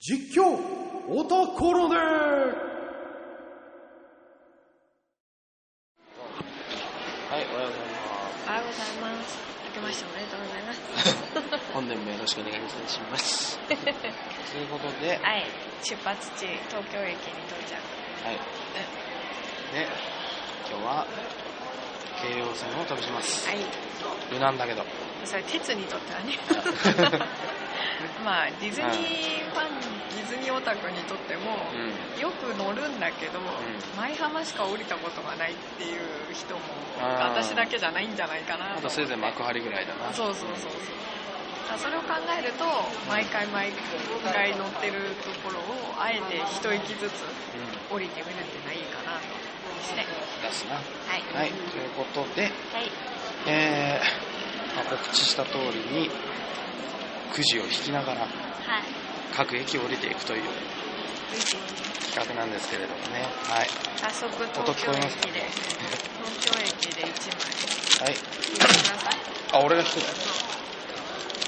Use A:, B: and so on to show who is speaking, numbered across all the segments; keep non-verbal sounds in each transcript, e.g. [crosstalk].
A: 実況おたころで
B: はい、おはようございま
C: おはようございます。明けましておめでとうございます。
B: す。本年もよろしくお願いいたし
A: [laughs]
B: ます。ということで、はい。
C: はい、出発地、東京駅に到着。
B: で、今日は、京葉線を旅します。
C: はい、
B: 無難だけど。
C: それ、鉄にとってはね。
B: [laughs]
C: まあ、ディズニーファン、ディズニーオタクにとっても、
B: うん。
C: よく乗るんだけど、
B: ん
C: 舞浜しか降りたことがないっていう人も、
B: あー
C: 私だけじゃないんじゃないかな
B: あ
C: と
B: とせいぜい幕張ぐらいだな。
C: そうそうそうそう。だからそれを考えると、毎回毎回乗ってるところを、あえて一息ずつ
B: うん。
C: 降りてみるっていうのはいいかなと思いますね。
B: 出すな。
C: はい。
B: はい。ということで、
C: はい。
B: えー、まあ、告知した通りに、くじを引きながら
C: はい。
B: 各駅を降りていくという企画なんですけれどもね。はい。
C: 早速東京駅で、東京駅で1枚
B: はい。
C: 入れてください。
B: あ、俺が来て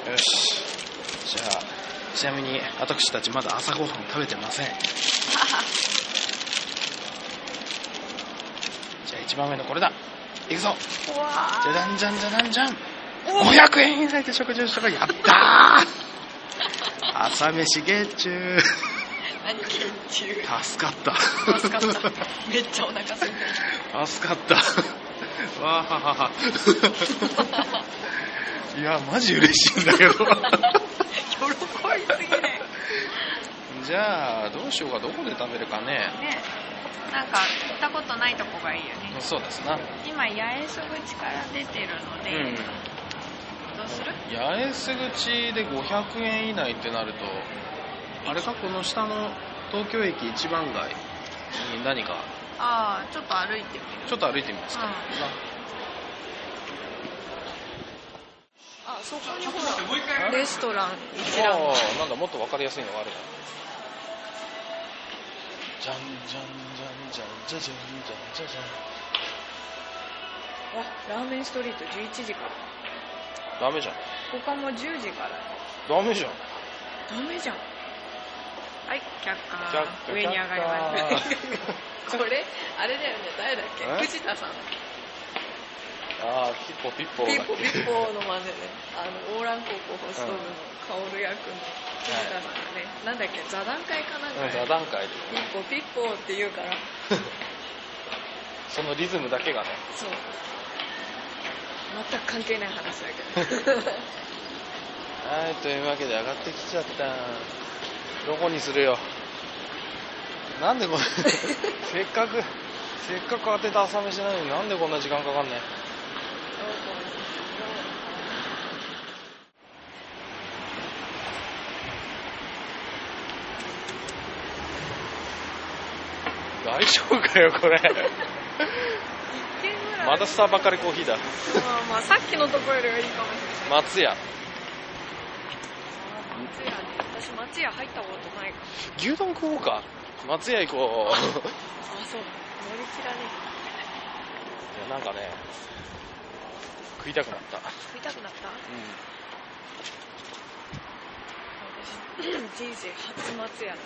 B: たよし。じゃあ、ちなみに私たちまだ朝ごはん食べてませ [laughs] ん。じゃあ1番目のこれだ。いくぞ。
C: うわ
B: じゃ
C: ー
B: じゃんじゃんじゃじゃんじゃん。500円以内で食事をしたからやったー [laughs] 朝飯月中。
C: 何研究
B: 助かった。[laughs]
C: 助かった。めっちゃお腹空いてる。
B: 助かった。わははは。いや、マジ嬉しいんだ
C: [laughs]
B: けど。
C: 喜びすぎね。
B: じゃあどうしようかどこで食べるかね
C: ね。なんか行ったことないとこがいいよね。
B: そうですな
C: 今八重洲口から出てるの
B: う
C: で、
B: ん
C: どうする？
B: 八重洲口で500円以内ってなるとあれかこの下の東京駅一番街に何か
C: ああ、ちょっと歩いてみる。
B: ちょっと歩いてみますか、
C: うん
B: な
C: あ、そこにほらレストラン一覧
B: ああなんかもっと分かりやすいのがあるなじゃんじゃんじゃんじゃんじゃじゃんじゃんじゃじゃん
C: わラーメンストリート11時から
B: ダメじゃん
C: 他も10時から
B: ダメじゃん
C: ダメじゃんはい却
B: 却
C: 下
B: 下
C: 上に上がりま
B: 却
C: す [laughs] これあれだよね誰だっ
B: え
C: け藤田さん
B: ああピッポピッポ
C: ピッ
B: だ
C: ポ
B: っ
C: ピ
B: け
C: ッポの真似ねあのオーラン高校ホスト部の薫役の藤田さんがね、なんだっけ座談会かなんか
B: うん [laughs] 座
C: で
B: 談会で
C: ピッポピッポって言うから
B: そのリズムだけがね
C: そう全く関係ない話だけ
B: [laughs]
C: ど
B: はい、というわけで上がってきちゃった。どこにするよ。なんでこれ、 [laughs] せっかく、せっかく当てた朝飯なのになんでこんな時間かかんね大丈夫かよ、 [laughs] これ。
C: 一軒ぐらい
B: またスターばっかりコーヒーだ。
C: まあまあさっきのとこよりはいいかもしれない
B: 松屋。
C: 松屋ね私松屋入ったことないから
B: 牛丼食おうか。松屋行こ [laughs] う。
C: あそう乗り切らね
B: いや、なんかね、食いたくなった。
C: え食いたくなった
B: う
C: 私人生初松屋だか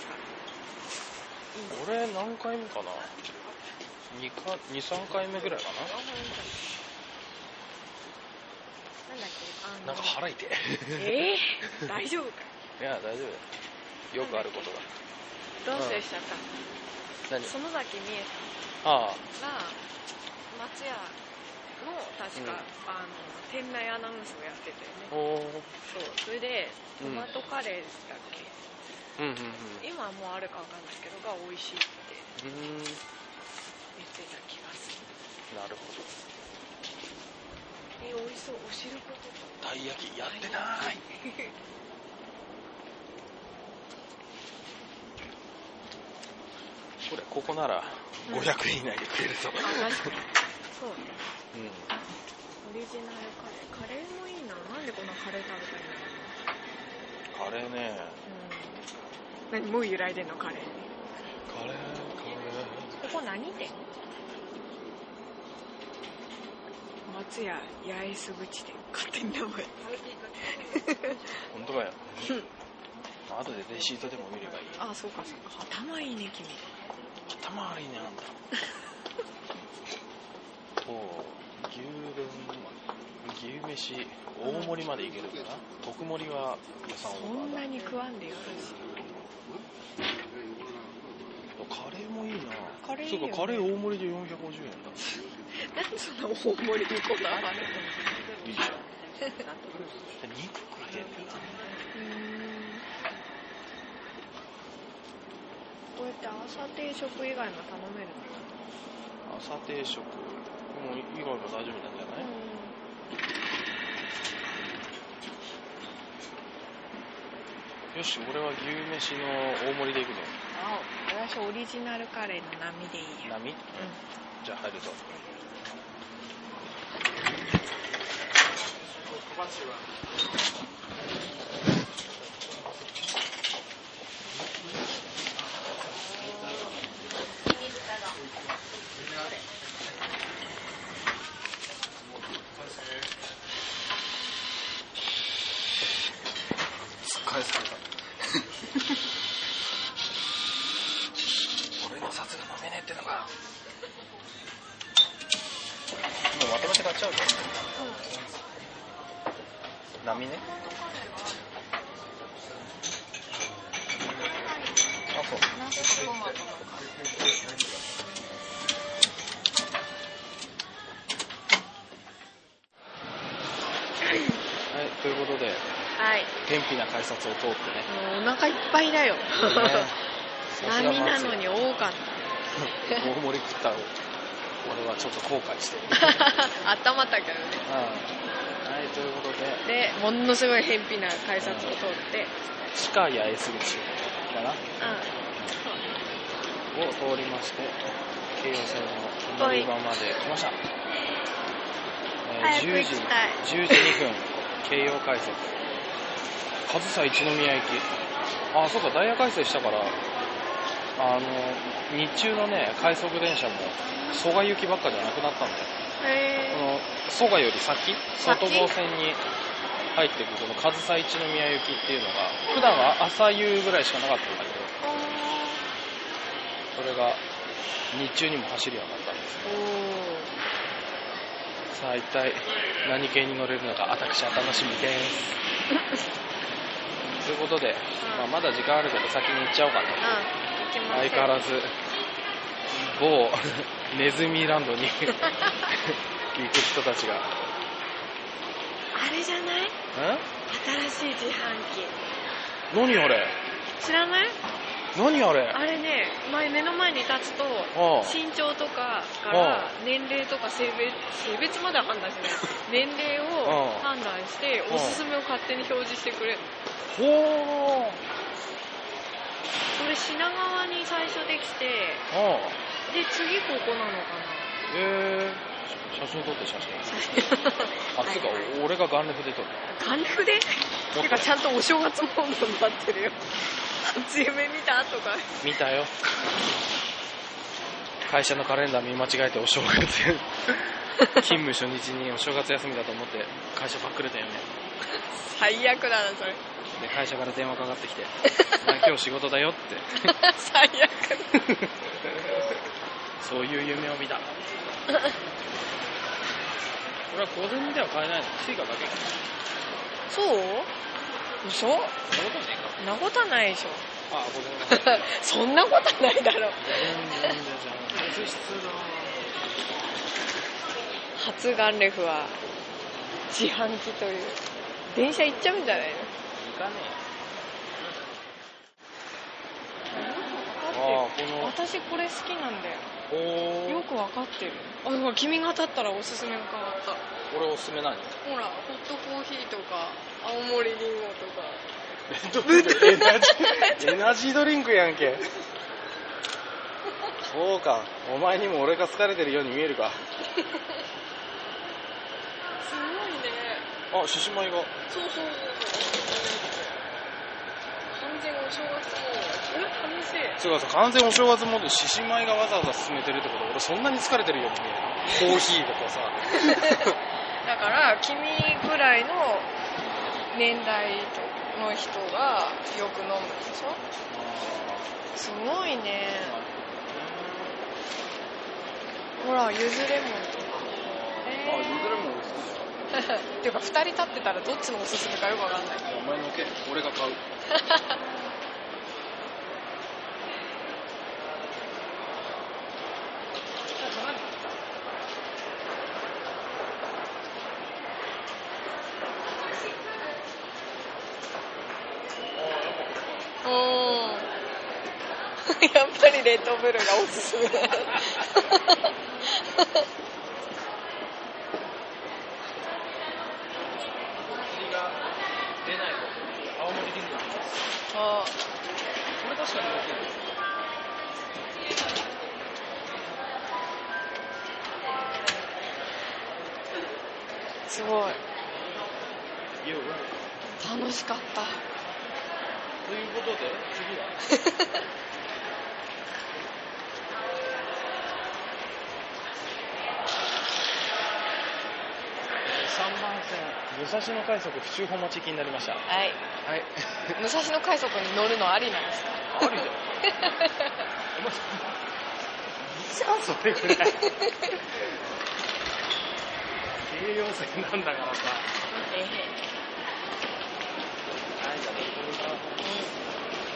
C: らいいね
B: ん。俺、何回目かな ?2 か、2、3回目ぐらいか
C: あほんとなんだっけあの
B: ななんか腹痛い。
C: えー、大丈夫か
B: いや、大丈夫だよ。よくあることだ。
C: どうしちゃった、
B: 何
C: 園崎美恵
B: ああ、
C: さんが松屋の確か、
B: うん
C: あの店内アナウンスをやってたよね
B: おー
C: そうそれでト
B: うん
C: マトカレーだっけ、
B: うんうんうん。う
C: 今はもうあるかわかんないけどが美味しいって
B: ーん、
C: 言ってた気がする
B: なるほ
C: え美味しそうお汁粉とか
B: ど。たい焼きやってない。これ、ここなら
C: うん
B: 500円以内で食えるぞ。
C: あ [laughs] 確かにそうね
B: うん。
C: オリジナルカレーカレーもいいななんでこんなカレー食べたいんだろ
B: カレーね。
C: う何もう揺らいでんのカレー
B: カレー、カ
C: ここ何店松屋八重洲口店勝手に名前
B: レー。本当かよ。あ後でレシートでも見ればいい
C: あそうかそうか頭いいね君
B: 頭悪いねあんたおう牛丼牛飯大盛りまでいけるかな特盛りは予算
C: そ
B: オー
C: ん
B: バー
C: な
B: だ
C: に食わんでよろしい
B: カレーもいいな
C: カレーいい
B: そ
C: よ
B: う
C: ね
B: かカレー大盛りで450円だ
C: なんでそんな大盛りにこだわる
B: いいじゃん肉食いてんだよな
C: こうやって朝定食以外も頼めるの
B: 朝定食もう以外も大丈夫なんじゃない、よし俺は牛飯の大盛りでいくぞ
C: あ私オリジナルカレーの波でいいや
B: 波じゃあ入るぞ返された [laughs] 俺の札が飲めねえってのかもうまとめて買っちゃうぞ、波ねあそう
C: [laughs]
B: はいということで
C: はい
B: 天日な改札を通ってね
C: もうお腹いっぱいだよ、
B: [laughs]
C: 波なのに多かっ
B: 大盛り食った俺はちょっと後悔してる、
C: た頭だけどね
B: はいということで
C: でものすごい偏僻な改札を通って
B: 地下八重洲口かな
C: うん
B: を通りまして京葉線の乗り場まで来ました、え
C: 早く
B: 10
C: 行
B: 時
C: きたい
B: 10時2分京葉改札上総一宮行きあそうかダイヤ改正したからあの日中のね快速電車も蘇我行きばっかじゃなくなったんだよこ
C: へえ
B: の蘇我より先
C: 先
B: 外房線に入っていくこの上総一宮行きっていうのが普段は朝夕ぐらいしかなかったんだけどそれが日中にも走るようになったんです
C: おー
B: さあ一体何系に乗れるのか私は楽しみですということで、まあ、まだ時間あるけど先に行っちゃおうかな
C: うん行きま
B: 相
C: す
B: 変わらず某ネズミランドに行く人たちが
C: あれじゃない
B: ん
C: 新しい自販機
B: 何あれ
C: 知らない
B: 何あれ
C: あれね前目の前に立つと
B: ああ
C: 身長とかか
B: ああ
C: ら年齢とか性別性別までは判断しない年齢を
B: ああ
C: 判断して
B: ああ
C: おすすめを勝手に表示してくれる
B: ほー
C: それ品川に最初できて
B: あ
C: で次ここなのか
B: えー、写真撮って写真あつうか俺が眼力で撮る
C: な眼力で
B: もっと
C: てかちゃんとお正月モードになってるよ初夢見たとか
B: 見たよ会社のカレンダー見間違えてお正月勤務初日にお正月休みだと思って会社ばっくれたよね
C: 最悪だなそれ
B: で会社から電話かかってきて「お前今日仕事だよ」って
C: 最悪だ
B: そういう夢を見た俺は午前では買えないの追加だけ
C: そう嘘
B: そんなことね
C: そんなことはないでしょ
B: えかあ午前は買え [laughs] ない
C: [laughs] そんなことはないだろ
B: 全然 [laughs] 全然別室だ
C: 初ガンレフは自販機という電車行っちゃうんじゃないの
B: 行かねえ
C: 分か
B: ああ
C: っ
B: こ
C: てる
B: の
C: 私これ好きなんだよ
B: お
C: よ
B: お
C: く分かってるあほら君が立ったらおすすめが変わった
B: これおすすめ何
C: ほらホットコーヒーとか青森りんごとか
B: [laughs] エナジーエナジードリンクやんけそうかお前にも俺が疲れてるように見えるか
C: すごいね
B: あ獅子舞が
C: そうそうそうそう完全お正月もうえ楽しい
B: そうかさ完全お正月モード獅子舞がわざわざ進めてるってこと俺そんなに疲れてるように見えるコーヒーとかさ
C: だから君ぐらいの年代との人がよく飲むでしょすごいねほらゆずレモン [laughs] とか
B: あゆずれ
C: [laughs]
B: も美味しい
C: っていうか2人立ってたらどっちのおすすめかよくわかんない
B: じゃんお前のけ俺が買う
C: うん [laughs] やっぱりレッドブルがおす [laughs] すめ
B: 薬が出ないの青森銀座
C: あ
B: これ確かに美味しいね
C: すごい
B: いや俺も
C: 楽しかった
B: ということで次は3番線武蔵野快速府中本町行きになりましたは
C: はい
B: い
C: 武蔵野快速に乗るのありなんですか
B: あるじゃんお前いいじゃんそれぐらい京葉線なんだからさはいじゃあ乗り込みます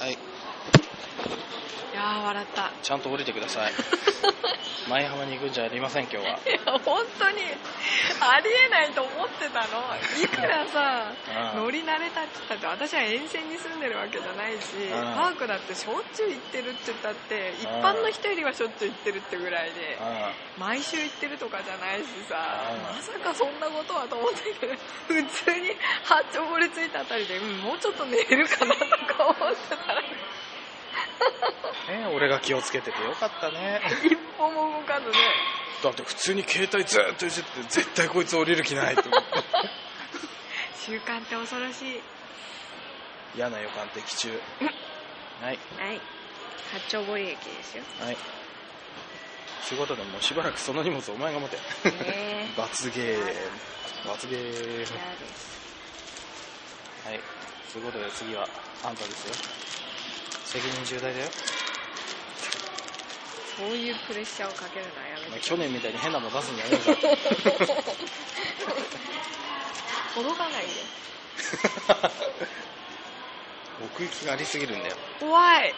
B: はい
C: いやー笑った [laughs]
B: ちゃんと降りてくだ [laughs] さい舞浜に行くんじゃありません今日 [laughs] はい
C: や本当にありえないと思ってたのいくらさ
B: うん
C: 乗り慣れたって言ったって私は沿線に住んでるわけじゃないし
B: ん
C: パークだってしょっちゅう行ってるって言ったって一般の人よりはしょっちゅう行ってるってぐらいで
B: あ
C: 毎週行ってるとかじゃないしさ
B: うん
C: まさかそんなことはと思ったけど普通に八丁堀ついたあたりで、うん、もうちょっと寝るかなとか思ってたら
B: あね俺が気をつけててよかったね [laughs]
C: 一歩も動かずで、
B: だって普通に携帯ずーっといじってて絶対こいつ降りる気ないと思って
C: 習慣って恐ろしい
B: 嫌な予感的中はい
C: はい八丁堀駅です [laughs] よ
B: はい仕事でもうしばらくその荷物お前が持て
C: ね
B: 罰ゲーム罰ゲーム
C: 嫌です
B: はいということで次はあんたですよ責任重大だよ
C: そういうプレッシャーをかけるのはや
B: お
C: め
B: 前
C: て
B: 去年みたいに変なの出すんじゃねえぞ [laughs]
C: 届かないで
B: 奥行きがありすぎるんだよ
C: 怖い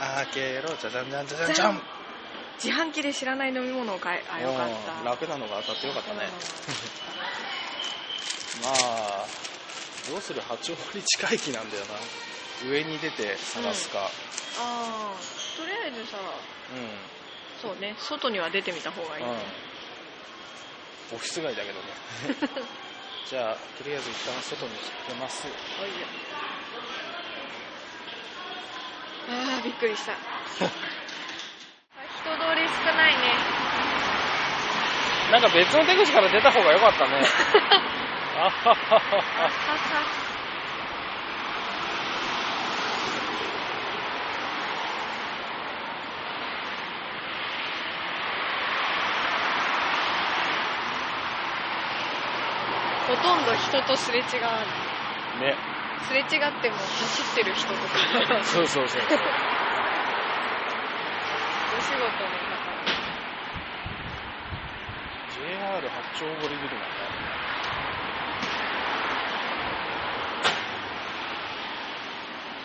B: あーけろじゃじゃんじゃんじゃじゃんじゃん
C: 自販機で知らない飲み物を買えあよかった
B: うん楽なのが当たってよかったねまあどうする八王子近い駅なんだよな上に出て探すか
C: ああとりあえずさ
B: うん、うん
C: そうね外には出てみた方がいい、
B: オフィス街だけどね [laughs] じゃあとりあえず一旦外に出ます
C: ああびっく [laughs] りした人通り少ないね
B: なんか別の手口から出た方がよかったね [laughs] あははは
C: ははほとんど人とすれ違わない
B: ね
C: すれ違っても走ってる [laughs] 人とかお
B: そうそうそう
C: 仕事の方
B: JR 八丁堀ビルなんだ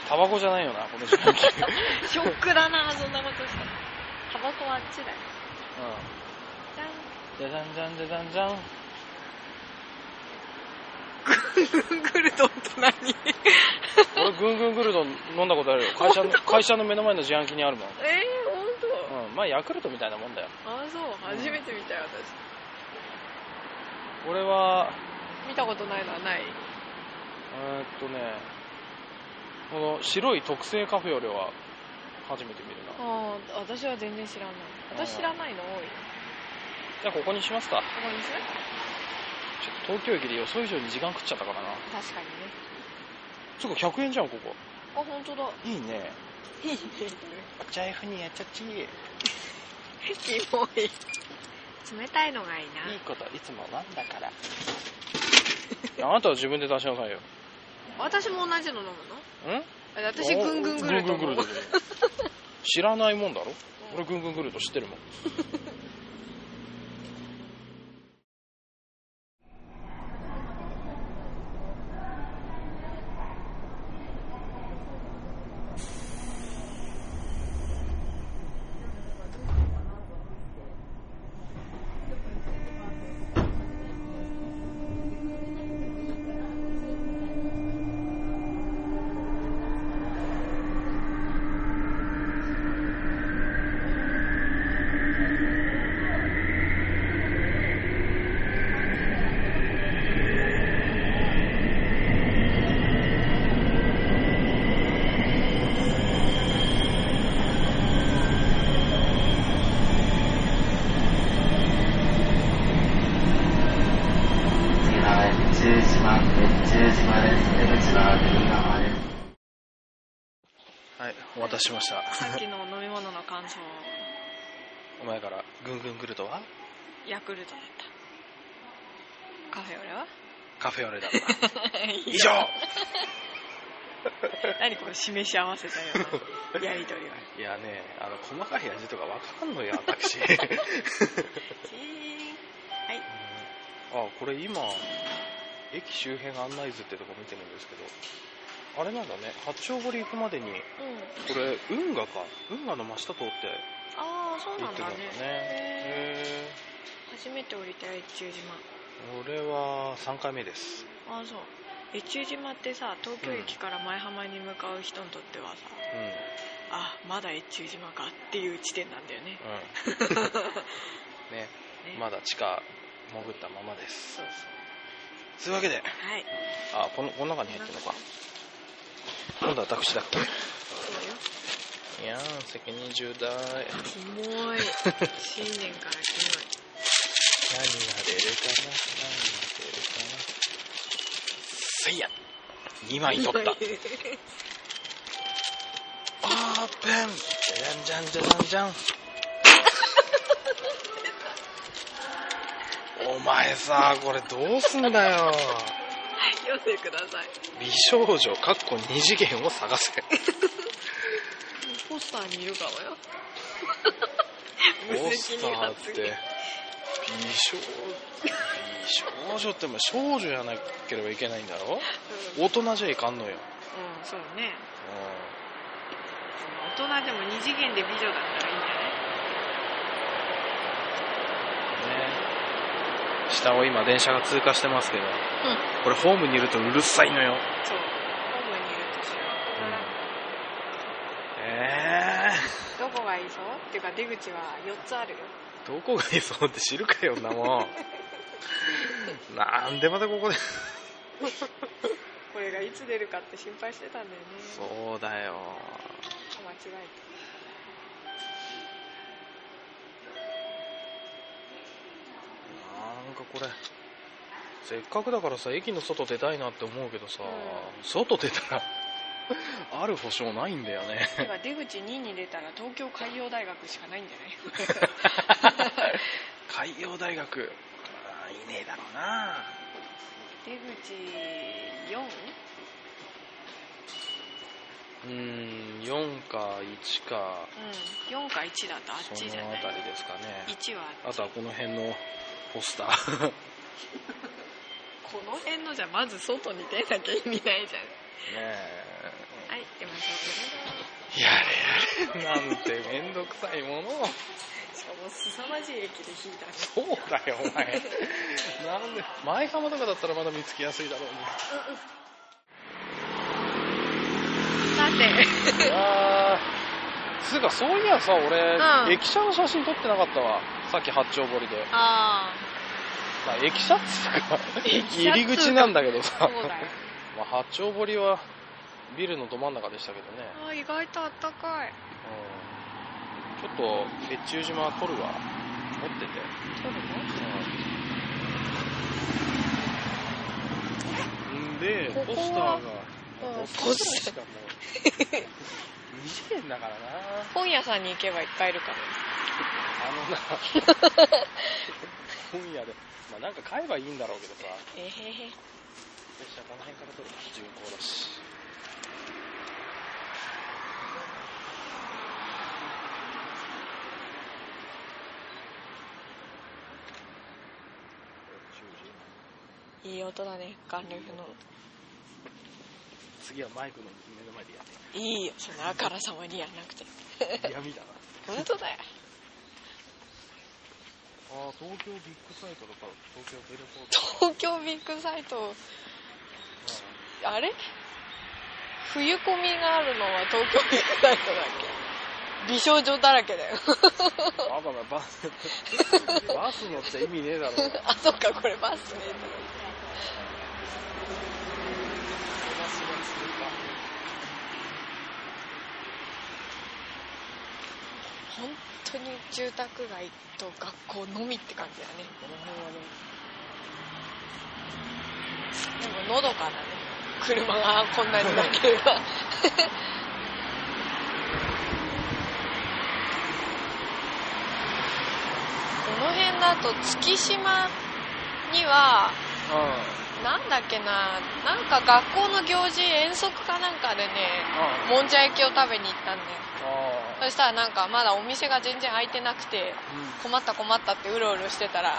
B: タバコじゃないよな、この自販機。うん。
C: ショックだなそんなことしたらタバコはあっちだよじゃん
B: じゃじゃんじゃんじゃじゃんじゃん。
C: グーグルドンと何 [laughs]
B: 俺、ぐんぐんぐるどん飲んだことある [laughs] よ。会社の、会社の目の前の自販機にあるもん。
C: えー、本当。
B: うん。まあ、ヤクルトみたいなもんだよ。
C: あそう初めて見たよ私
B: 俺は、
C: 見たことないのはない
B: えーっとね、この白い特製カフェよりは初めて見るな。
C: ああ私は全然知らない私知らないの多い
B: じゃあここにしますか。
C: ここにする
B: ちょっと東京駅で予想以上に時間食っちゃったからな。
C: 確かにね
B: そっか、100円じゃん、ここ。
C: あ本当だ [laughs]
B: いいね。
C: いいね
B: お茶 F にやっちゃちいい。
C: キモい冷たいのがいいない
B: いこといつもワンだ
C: [laughs]
B: から。あなたは自分で出しなさいよ。ん
C: 私も同じの飲むのあ私グングングルド
B: ぐ
C: ン
B: んぐんぐると知らないもんだろ俺ぐんぐんぐると知ってるもん。
D: こちらは宇宙島、宇宙島です。こちらは沖縄です。
B: はい、お渡ししました。
C: さっきの飲み物の感想
B: お前から、ぐんぐんぐるとは
C: ヤクルトだったカフェオレは
B: カフェオレだ。 [laughs] 以上
C: 何これ示し合わせたよ [laughs] うなやりとりはい
B: やね、あの、細かい味とかわかんのよ、私。
C: チーンはい
B: あこれ今駅周辺案内図ってとこ見てるんですけどあれなんだね八丁堀行くまでにこ
C: うん
B: れ運河か運河の真下通って
C: ああそう
B: 行
C: な
B: っ
C: ん
B: て
C: だ
B: たん
C: ね
B: だね
C: へ
B: へ
C: ー初めて降りた越中島
B: え俺は3回目です
C: ああそう越中島ってさ東京駅から前浜に向かう人にとってはさ、
B: うんうん
C: あまだ越中島かっていう地点なんだよね [laughs]
B: ね
C: ね
B: まだ地下潜ったままです
C: そう
B: そういうわけで
C: そうはい
B: あこのこの中に入ってるのか今度は私だっけ
C: そうよ
B: いやー責任重大何が出る
C: キモい新年からキモい
B: かな何が出るかなせいや2枚取ったオープンじゃんじゃんじゃんじゃんじゃんお前さこれどうすんだよ
C: 読んでください
B: 美少女かっこ2次元を探せ
C: ポスターにいるかもよ
B: ポスターって美少女美少女ってもう少女じゃなければいけないんだろ
C: うん、うん、
B: 大人じゃいかんのよ、
C: そうね
B: う
C: 大人でも二次元で美女だったらいいんじゃない
B: んね、下を今電車が通過してますけど、これホームにいるとうるさいのよ
C: そうホームにいるとし
B: え
C: どこがいいそうっていうか出口は4つあるよ
B: ー、どこがいいそうって知るかよんな [laughs] もんなんでまたここで
C: これがいつ出るかって心配してたんだよね
B: そうだよ
C: 間違え
B: なんかこれせっかくだからさ駅の外出たいなって思うけどさ、
C: う
B: 外出たらある保証ないんだよね [laughs]
C: たてか出口2に出たら東京海洋大学しかないんじゃない
B: 海洋大学あーいねえだろうな
C: 出口 4?
B: うーん4か1か
C: うん4か1だとあっ
B: そ
C: ちじゃ
B: の
C: な
B: あ
C: い
B: たりですかね
C: 1は
B: あとはこの辺のポスター
C: この辺のじゃまず外に出なきゃ意味ないじゃん
B: ねえ
C: はい出ま
B: やれやれ。なんてめんどくさいものを。
C: しかも凄まじい駅で引いたね
B: そうだよ、お前。なんで、前浜とかだったらまだ見つけやすいだろう
C: さて
B: ね。あーつうか、そういやさ、俺、
C: うん
B: 駅舎の写真撮ってなかったわ。さっき八丁堀で。
C: あ
B: まあ、駅舎っつうか、
C: 駅舎っつうか
B: 入り口なんだけど
C: あそ
B: さ。
C: うだよ
B: まあ、八丁堀は、ビルのど真ん中でしたけどね。
C: あー意外とあったかい
B: うんちょっと、越中島撮るわ。持ってて。
C: 撮る
B: んで、
C: ここは
B: ポスターが、
C: うん
B: ポスターしかもう、見えんだからな。
C: 本屋さんに行けばいっぱいいるか
B: あのな、本屋で、まあなんか買えばいいんだろうけどさ、
C: らえへへ
B: 私はこの辺から撮るから巡行だし。
C: いい音だねガンルフの
B: 次はマイクの目の前でや
C: いいよそんなあからさまにやんなくて
B: って。闇だな。
C: 本当だよ
B: ああ、東京ビッグサイトとか、東京テレポート。
C: 東京ビッグサイトあれ冬コミがあるのは東京ビッグサイトだっけ美少女だらけだよ [laughs]
B: あばば、バス。バス乗っちゃ意味ねえだろうな。
C: あそっかこれバスね本当に住宅街と学校のみって感じだね
B: この辺はね、
C: でものどかだね車がこんなになければこの辺だと月島には
B: う
C: なんだっけななんか学校の行事遠足かなんかでね
B: ん。
C: もんじゃ焼きを食べに行ったんだよ
B: あ
C: そしたらなんかまだお店が全然開いてなくて
B: あ。うん。
C: 困った困ったってうろうろしてたら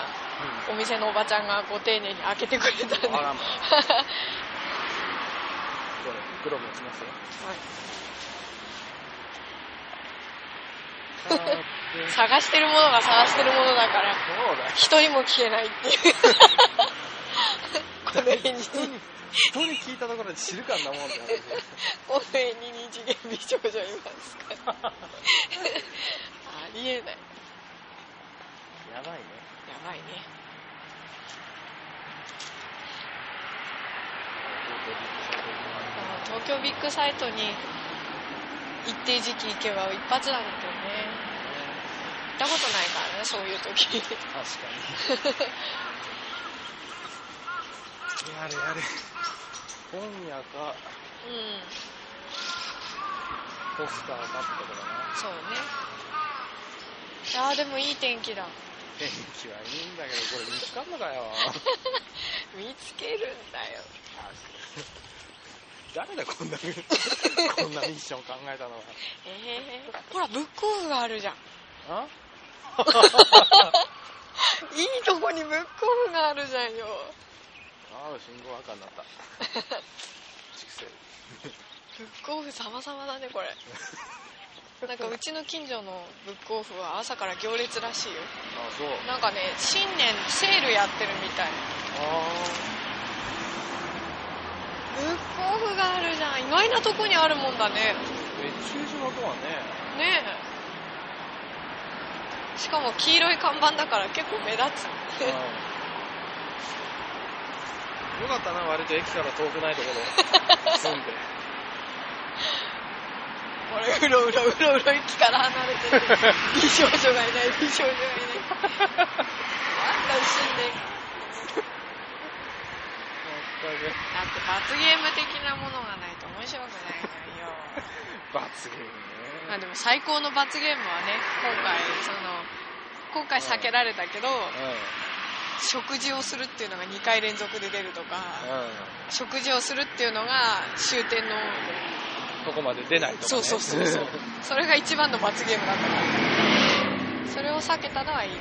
C: お店のおばちゃんがご丁寧に開けてくれたんで
B: あらま。
C: [laughs] は
B: これ、袋持ちますよ。そうだよ。
C: い探してるものが探してるものだから人にも聞けないっていうこの辺に
B: 人に、人に聞いたところで知るかんなもんだよ。
C: この辺に二次元美少女いますからありえない
B: やばいね。
C: やばいねあの東京ビッグサイトに一定時期行けば一発なんだけどね行ったことないからねそういう時 [laughs]
B: 確かに。やれやれ。本屋か、
C: うん
B: ポスターかってことだな。
C: そうねあーでもいい天気だ
B: 天気はいいんだけど、これ見つかんのかよ。
C: 見つけるんだよ
B: 誰だ、こんな、こんなミッション考えたのは。
C: えー、ほらブックオフがあ [laughs] るじゃん
B: あ
C: いいとこにブックオフがあるじゃんよ
B: ああ、信号赤になった。畜生。
C: [laughs] ブックオフ様々だねこ [laughs] れなんかうちの近所のブックオフは朝から行列らしいよ
B: ああ、そう。
C: なんかね新年セールやってるみたい
B: あ
C: ブックオフがあるじゃん意外なとこにあるもんだね
B: あ。熱中症とはね、
C: ねえしかも黄色い看板だから結構目立 [laughs] つ
B: うんよかったな、割と駅から遠くない
C: [laughs]
B: ところ住んで。
C: 俺うろうろうろうろ駅から離れてる美少女がいない美少女がいないなんだ死んでだって罰ゲーム的なものがないと面白くないのよ
B: 罰ゲーム
C: まあ
B: ね。
C: でも最高の罰ゲームはね今回その今回避けられたけど、食事をするっていうのが2回連続で出るとか、
B: う
C: 食事をするっていうのが終点の
B: ん。そこまで出ないとか、ね。
C: そうそうそうそうそれが一番の罰ゲームだったからそれを避けたのはいいね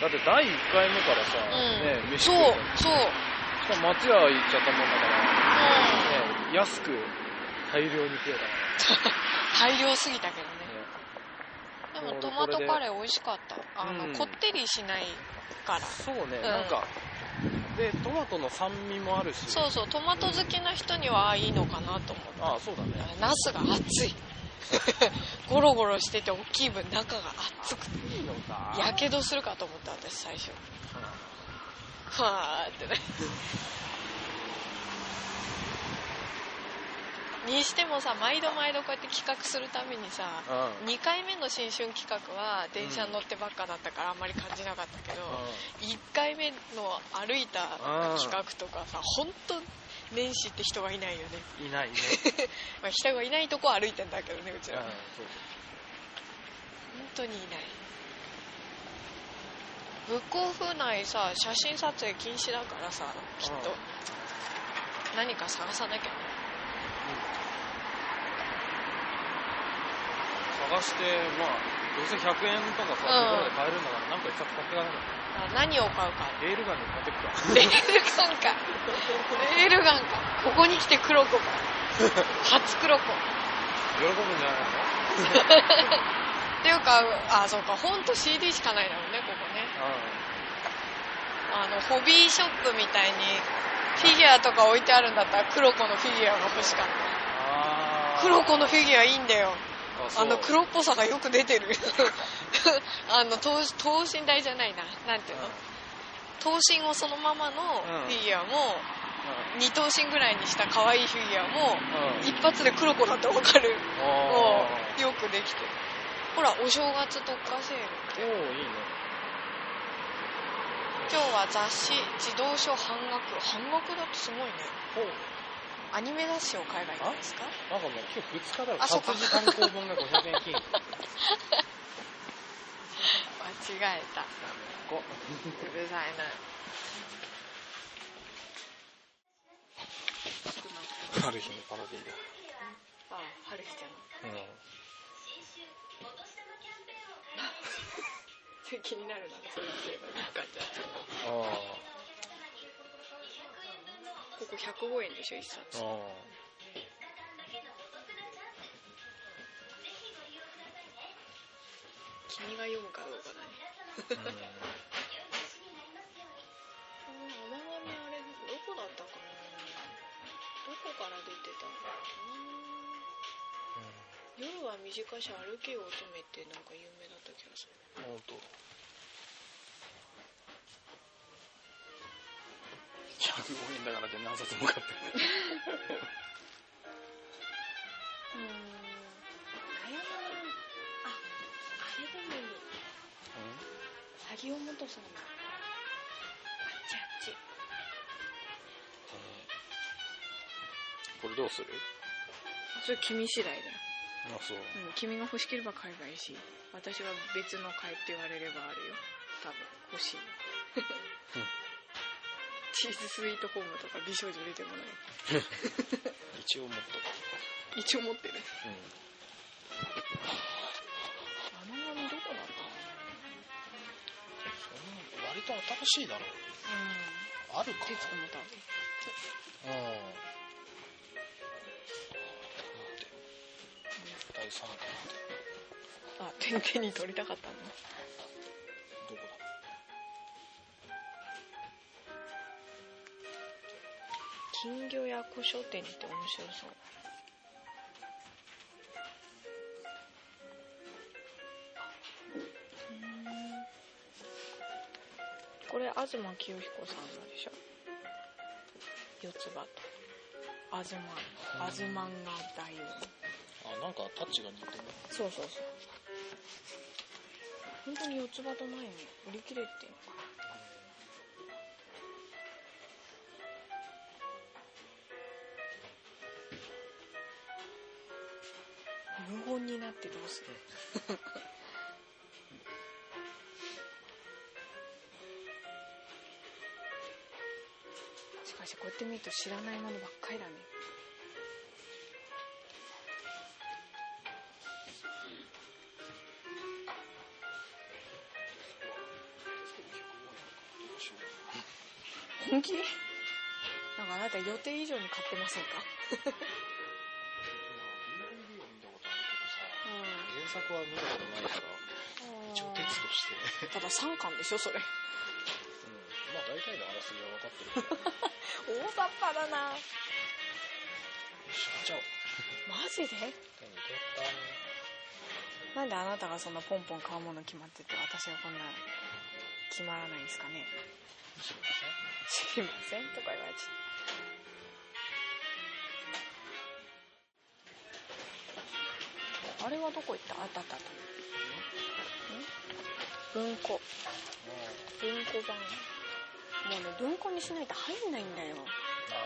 B: だって第1回目からさ、
C: うん、
B: ね、飯
C: そう
B: 食
C: そう、
B: しかも町屋行っちゃったもんだから、ね、安く大量に増え
C: 大量すぎたけど
B: た
C: ね
B: ね俺
C: でもトマト
B: これで
C: カレー美味しかったあの、
B: うん
C: こってりしないから
B: そうね、
C: ん
B: なんかでトマトの酸味もあるし
C: そうそうトマト好きな人にはああいいのかなと思った
B: ああそうだね
C: ナスが熱い [laughs] ゴロゴロしてて大きい分中が熱くて
B: いいのか
C: やけどするかと思った私最初はあってねにしてもさ毎度毎度こうやって企画するためにさ
B: うん、うん
C: 2回目の新春企画は電車に乗ってばっかだったからあんまり感じなかったけど、1回目の歩いた企画とかさ本当年始って人がいないよね、
B: いないね、
C: まあ、人がいないとこ歩いてんだけどねうち
B: うん
C: ら、本
B: そう
C: 当にいないブックオフ内さ写真撮影禁止だからさきっと、
B: うん
C: 何か探さなきゃね
B: 探してまあどうせ100円とかさ、とこ
C: うん
B: ろで買えるんだからなんか一冊買ってかなきゃ
C: あ何を買うか
B: レールガンでも買ってくか
C: レールガンか。レールガンか。ここに来て
B: [laughs]
C: 黒子か。初黒子。っ
B: 喜ぶんじゃないの
C: ていうか、あ、そうか、本と CD しかないだろうね、ここね。あの、ホビーショップみたいに、フィギュアとか置いてあるんだったら、黒子のフィギュアが欲しかった。
B: あー
C: 黒子のフィギュアいいんだよ。
B: あそう
C: あの、黒っぽさがよく出てる。 [laughs] あの、等等身大じゃないな。なんていうの等身をそのままのフィギュアも、二等身ぐらいにした可愛いフィギュアも、
B: うんうん
C: 一発で黒子だってわかる
B: あ
C: もうよくできてるほらお正月特化セール
B: ーおーいいね
C: 今日は雑誌児童書半額半額だとすごいね
B: ほう
C: アニメ雑誌を海外なんですか
B: なんかもう今日2日だろ
C: あそう
B: 活
C: か
B: 字単行本が500円
C: [laughs]
B: 金
C: 間違えた
B: こ
C: うるさいな
B: ある日のパロディだ
C: あ春日ちゃん
B: う
C: それ気になるなそういうのなんかじゃあ
B: んあ
C: ここ105円でしょ一冊
B: ーあ
C: 君が読むかどうかだね
B: ーうん
C: 甘がみあれどこだったかなどこから出てたんだろうな夜は短し歩けよ乙女ってなんか有名だった気がする
B: ほんと105円だからって何冊も買ってる
C: うんあれはああれでもいい詐欺を元さんだあっちあっち
B: これどうする
C: それ君次第だよ、
B: あそう
C: うん、君が欲しければ買えばいいし私は別の買えって言われればあるよ多分欲しいチーズスイートホームとか美少女出てもない
B: 一応持っとく
C: 一応持ってる
B: うん
C: あの紙どこだった
B: そんな割と新しいだろ
C: う
B: あるか
C: ん徹子の
B: う
C: 旅
B: ん第3巻まで
C: あ手手に取りたかったの
B: どこだ
C: 金魚屋古書店って面白そうこれ東清彦さんのでしょ四つ葉とあずまんあずまんが大王
B: あなんかタッチが似てる
C: そうそうそう本当に四つ葉とないね売り切れてんのかな無言になってどうするしかしこうやって見ると知らないものばっかりだね本気なんかあなた予定以上に買ってませんか
B: 作は見たことないから一応
C: う
B: テ
C: ん
B: ツとして、
C: ただ3巻でしょそれ
B: うん、まあ大体のあらすじは分かってるから [laughs]
C: 大雑把だな
B: じゃあ
C: マジで
B: 手に取った
C: なんであなたがそんなポンポン買うもの決まってて私はこんな決まらないんですかね
B: すみません
C: すいませんとか言われちゃったあれはどこ行ったあったあったあったん文庫文庫版もうね文庫にしないと入んないんだよ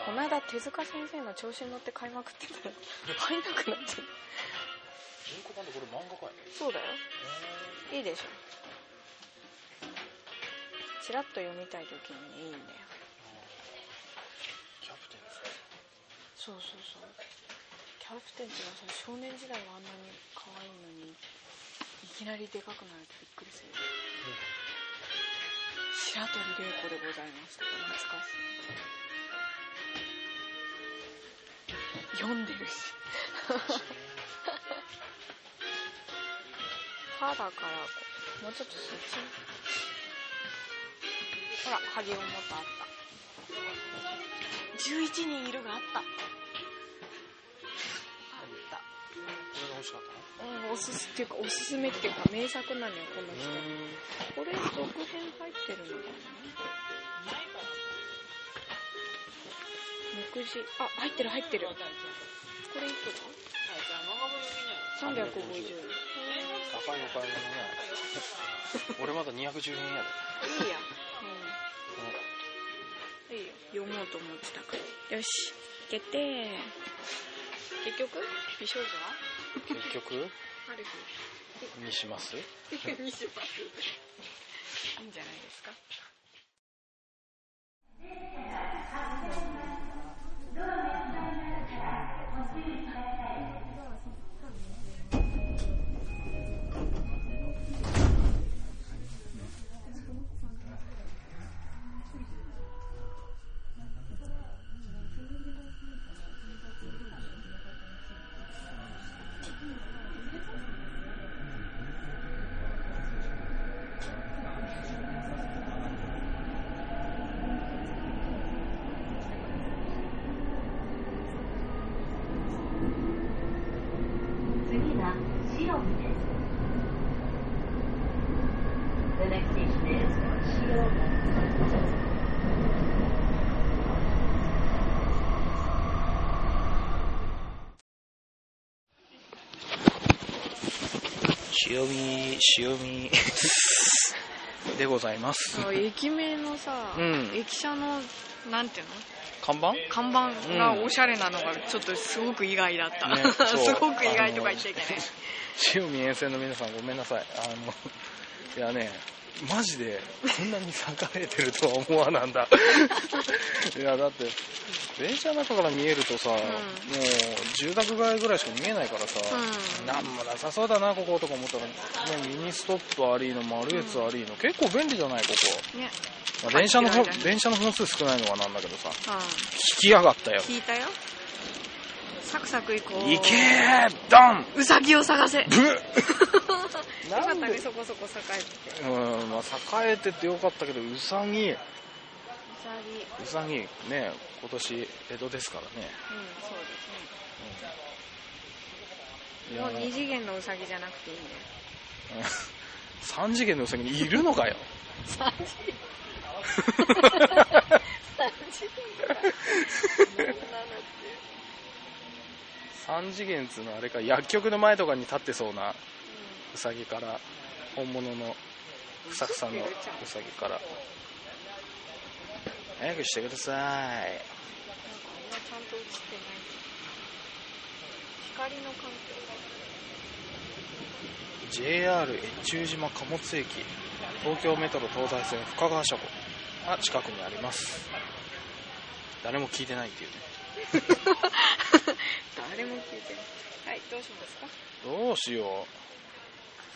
C: この
B: あ
C: 間手塚先生の調子に乗って買いまくってたら入んなくなっちゃう
B: 文庫版でこれ漫画かいね
C: そうだよいいでしょチラッと読みたい時にねいいんだよ
B: キャプテンです
C: そうそうそうキャプテンっていうのはその少年時代はあんなに可愛いのにいきなりでかくなるとびっくりする、白鳥玲子でございますとか [laughs] 懐かしい読んでるし歯だからこうもうちょっとそっちほら萩尾もとあった11人いるがあったあった
B: これが欲しかったな
C: うん、おすすっていうかおすすめっていうか名作なのよこの人これ続編入ってるのかな目次あ入ってる入ってるこれいくら ?350
B: 高い
C: 円
B: お買い物ね俺まだ210円やで
C: いいやうんいいよ読もうと思ってたからよし決定結局美少女は
B: 結局
C: ある日
B: にします
C: 見せますいいんじゃないですか
E: 次はシオンです。The next station is シオン。
B: 塩見塩見でございます
C: そう駅名のさ、
B: うん
C: 駅舎のなんていうの
B: 看板
C: 看板がおしゃれなのがちょっとすごく意外だった、 [laughs]
B: うんねそう
C: すごく意外とか言っちゃいけない
B: [laughs] 塩見沿線の皆さんごめんなさいあのいやねマジでこんなに栄えてるとは思わなんだ [laughs] いやだって電車の中から見えるとさ、もう住宅街ぐらいしか見えないからさ、
C: うん
B: なんもなさそうだなこことか思ったら、ね、ミニストップありのマルエツありの、結構便利じゃないこ
C: ね
B: こ、まあ電車のほ
C: 間違いない
B: 電車の本数少ないのはなんだけどさ
C: う
B: 聞きやがったよ
C: ん聞いたよサクサク行こう
B: 行けードン
C: [laughs] うさぎを探せ [laughs] よ
B: ブッ
C: かったねそこそこ栄えてて
B: うん、まあ、栄えててよかったけどうさぎう
C: うさぎうん
B: さぎね今年江戸ですからね、
C: そう
B: うんい
C: ですねもう
B: や
C: 二次元のうさぎじゃなくていいんだよ
B: うん三次元のうさぎにいるのかよ
C: 三次元三次元かそんなのって
B: 三次元っつうのはあれか薬局の前とかに立ってそうなうさぎから本物のふさふさのうさぎから早くしてください
C: なんかあんまちゃんと映ってない光の環境が
B: JR 越中島貨物駅東京メトロ東西線深川車庫が近くにあります誰も聞いてないっていうね
C: 誰も聞いてないはいどうしますか
B: どうしよ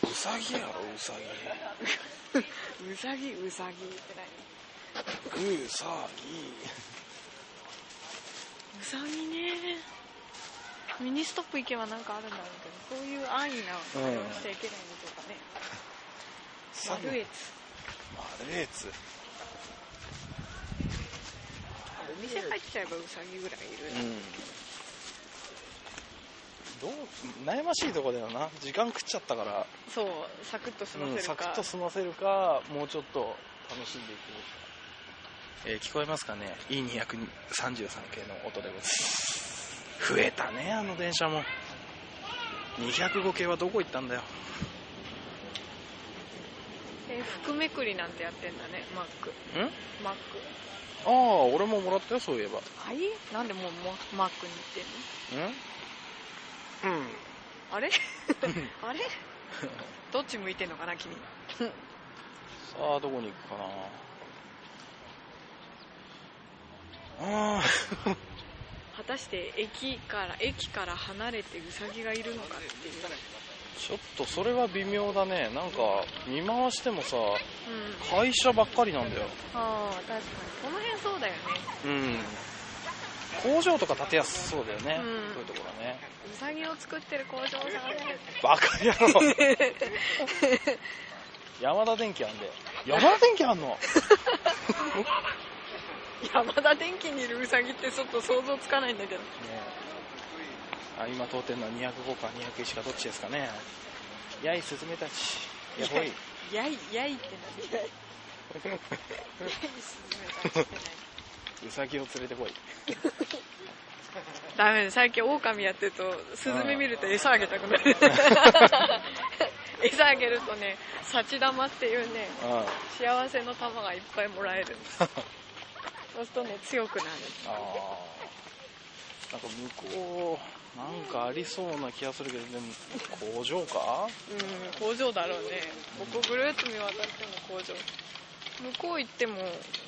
B: ううさぎやろうさ
C: うさぎうさぎって何
B: ぎうさ
C: うさぎねミニストップ行けばなんかあるんだろうけどそういう安易なこと
B: うん
C: しちゃいけないのとかね
B: さ
C: 悪越
B: マルエツ
C: お店入っちゃえばウサギぐらいいる、
B: どう悩ましいとこだよな時間食っちゃったから、
C: そうサクッと済ま
B: う
C: せ
B: ん、
C: るか、
B: サクッと済ませるかもうちょっと楽しんでいく、えー聞こえますかね E233 系の音でございます増えたねあの電車も205系はどこ行ったんだよ
C: えー服めくりなんてやってんだねマック
B: んあ
C: マック
B: あ俺ももらったよそういえば
C: はいなんでもうママックに行ってんの
B: うんうん
C: あれあれどっち向いてんのかな君
B: さあどこに行くかなあー
C: 果たして駅から駅から離れてウサギがいるのかっていう、
B: ちょっとそれは微妙だねなんか見回してもさ
C: うん、
B: 会社ばっかりなんだよ
C: ああ確かにこの辺そうだよね
B: うん工場とか建てやすそうだよね、
C: うん
B: そういうところね
C: ウサギを作ってる工場を探せ
B: バカ野
C: [laughs]
B: 郎山田電機あんで山田電機あんの
C: 山田電機にいるウサギってちょっと想像つかないんだけど
B: ねあ今通ってんのは205か201かどっちですかねやいスズメたちやほい
C: やいやいってなやいスズメ
B: ウサギを連れてこい
C: ダメだ最近オオカミやってるとスズメ見ると餌あげたくな [laughs] る餌あげるとね幸玉っていうね
B: あ
C: 幸せの玉がいっぱいもらえるんです [laughs] そうするとね強くなる
B: あーなんか向こうなんかありそうな気がするけどでも工場か
C: うん工場だろうねここぐるっと見渡しても工場向こう行っても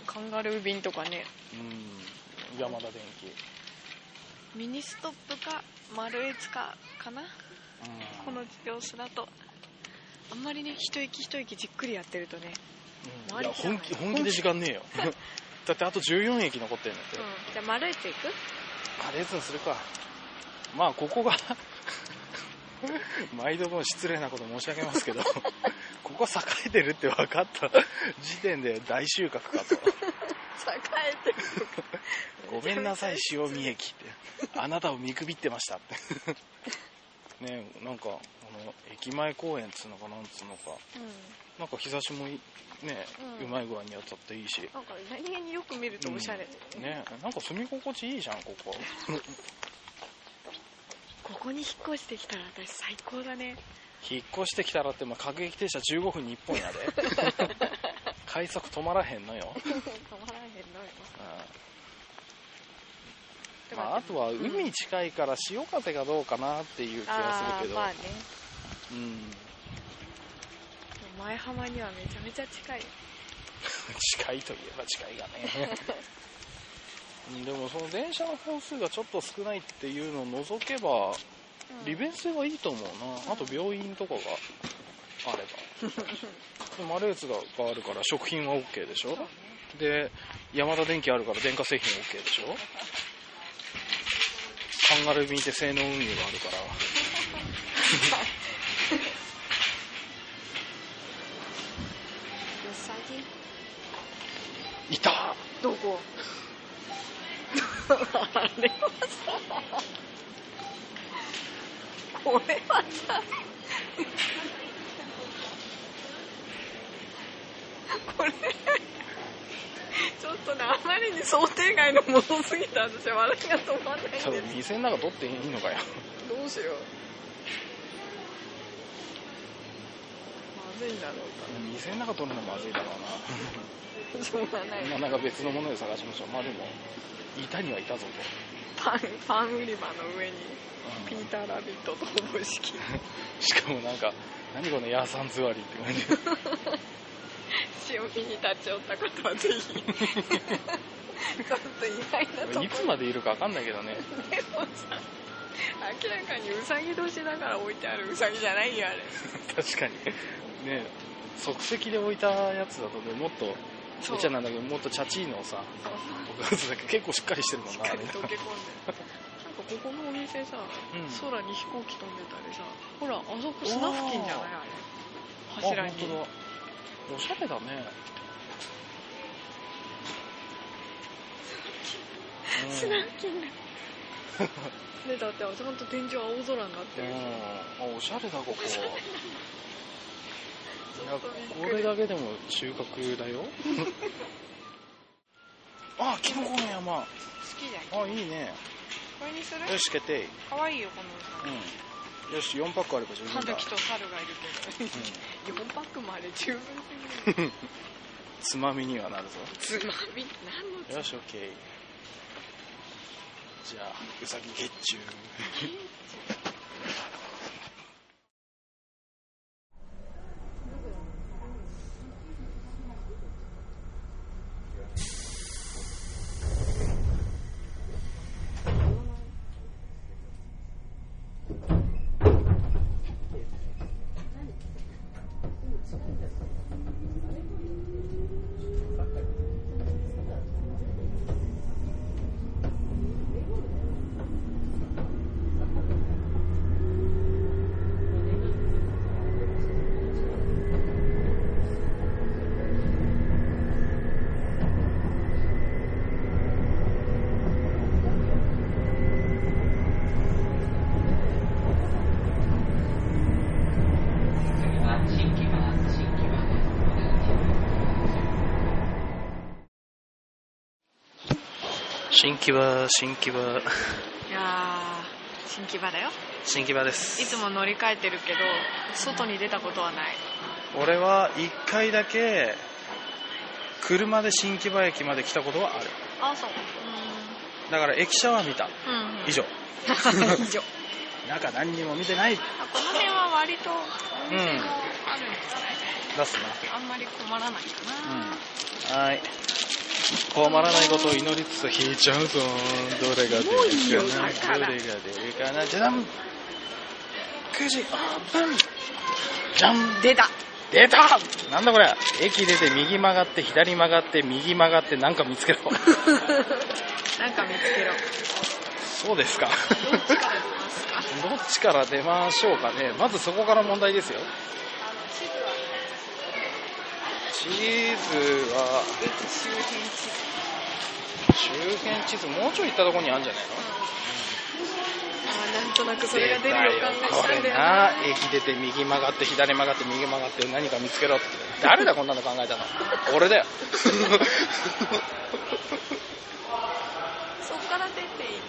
C: カンガルー便とかね
B: うん山田電機
C: ミニストップか丸越かかな
B: うん
C: この様子だとあんまりね一息一息じっくりやってるとね、
B: うんいや本気本気で時間ねえよ [laughs] だってあと14駅残ってんだって、
C: うん、じゃあ丸越行く
B: あレーズンするかまあここが [laughs] 毎度も失礼なこと申し上げますけ [laughs] どここ栄えてるって分かった時点で大収穫かと
C: 栄えてる
B: ごめんなさい塩見駅ってあなたを見くびってました [laughs] ってねえなんかこの駅前公園っつうのかなんつうのか
C: うん
B: なんか日差しもいいねえ、
C: う
B: うんまい具合に当たっていいしね
C: なんか何気によく見るとおしゃれ、
B: えなんか住み心地いいじゃんここ
C: ここに引っ越してきたら私最高だね
B: 引っ越してきたらって、まあ、各駅停車15分に1本やで
C: [laughs]
B: 快速止まらへんのよ、
C: 止まらへんのよ
B: うんまあ、あとは海近いから潮風がどうかなっていう気は
C: あ
B: するけ
C: ー
B: ど、
C: まあね
B: うん [laughs]
C: 前浜にはめちゃめちゃ近い
B: 近いといえば近いが
C: [laughs]
B: ねうんでもその電車の本数がちょっと少ないっていうのを除けば利便性はいいと思うな、あと病院とかがあればでマレーズががあるから食品は OK でしょで山田電機あるから電化製品 OK でしょカンガルー便って性能運輸があるから
C: ウサギ
B: いた
C: どこあれはさこれはさこれ [laughs] ちょっとねあまりに想定外のものすぎて私笑いが止まんないんです
B: 多分店の中取っていいのかよ
C: どうしようまずいんだろ
B: 店の中取るのまずいだろうな
C: うかしょうがない
B: まあ、なんか別のもので探しましょうまあでもいたにはいたぞと、
C: パンパン売り場の上にピーターラビットとおぼし
B: [laughs]
C: き
B: しかもなんか何このヤーサン座りって感じ
C: 潮見に立ち寄った方は
B: [laughs]
C: ぜひちょっと意外なとこ [laughs]
B: いつまでいるか分かんないけどね
C: でもさ明らかにウサギ年だから置いてあるウサギじゃないよあれ
B: 確かにね即席で置いたやつだとねもっと
C: そう
B: うちゃなんだけどもっとチャチーのさおかずだけど結構しっかりしてるもん
C: しっ
B: なあ
C: か
B: れ
C: り溶け込んでるなんかここのお店さ、
B: うん
C: 空に飛行機飛んでたりさほらあそこ砂付近じゃないあれ柱
B: あ
C: に
B: 本当だおしゃれだね、うん、
C: 砂付近だでだってあそこの天井青空になってるし
B: うんあおしゃれだここいや
C: ちょっとびっくり
B: これだけでも収穫だよ [laughs] あキノコの山
C: 好きじゃんこ
B: あいいね
C: れにする
B: よし決定
C: かわいいよこの歌
B: うんよし4パックあれば十分
C: タ
B: だ
C: ヌキと猿がいるけど4パックまで十分す
B: う
C: ぎる
B: んつまみにはなるぞ
C: つまみ何のつま
B: よし OK じゃあうさぎ月中
D: 次は新木場です。新木場です。お願いします。
B: 新木場新木場
C: みいやー新木場だよ
B: 新木場です
C: いつも乗り換えてるけど外に出たことはない
B: 俺は一回だけ車で新木場駅まで来たことはある
C: あそう
B: だから駅舎は見た
C: うんうん [laughs] うん
B: 以上
C: 以上
B: 中何にも見てない
C: あこの辺は割とお店もあるんじゃない、
B: 出す
C: あんまり困らないか
B: な
C: な、
B: うんはい困らないことを祈りつつ引いちゃうぞどれが出るかな
C: 重いよだか
B: ど
C: ら
B: れが出るかなじゃじゃん9時オープンじゃん
C: 出た
B: 出たなんだこれ駅出て右曲がって左曲がって右曲がってなんか見つけろ
C: [laughs] なんか見つけろ
B: そうですか
C: どっちから出ますかあの
B: どっちから出ましょうかね。まずそこから問題ですよ。
C: 地
B: 地
C: 図は
B: 図は、
C: 駅周辺地図
B: 周辺地図、もうちょい行ったとこにあるんじゃないの
C: あーなんとなくそれが出る予感がしたん
B: 出
C: だよ
B: た
C: な
B: よこれな、駅出て右曲がって、左曲がって、右曲がって、何か見つけろって。誰だ、こんなの考え
C: [laughs]
B: たの。俺だよ。
C: そっから出ていいん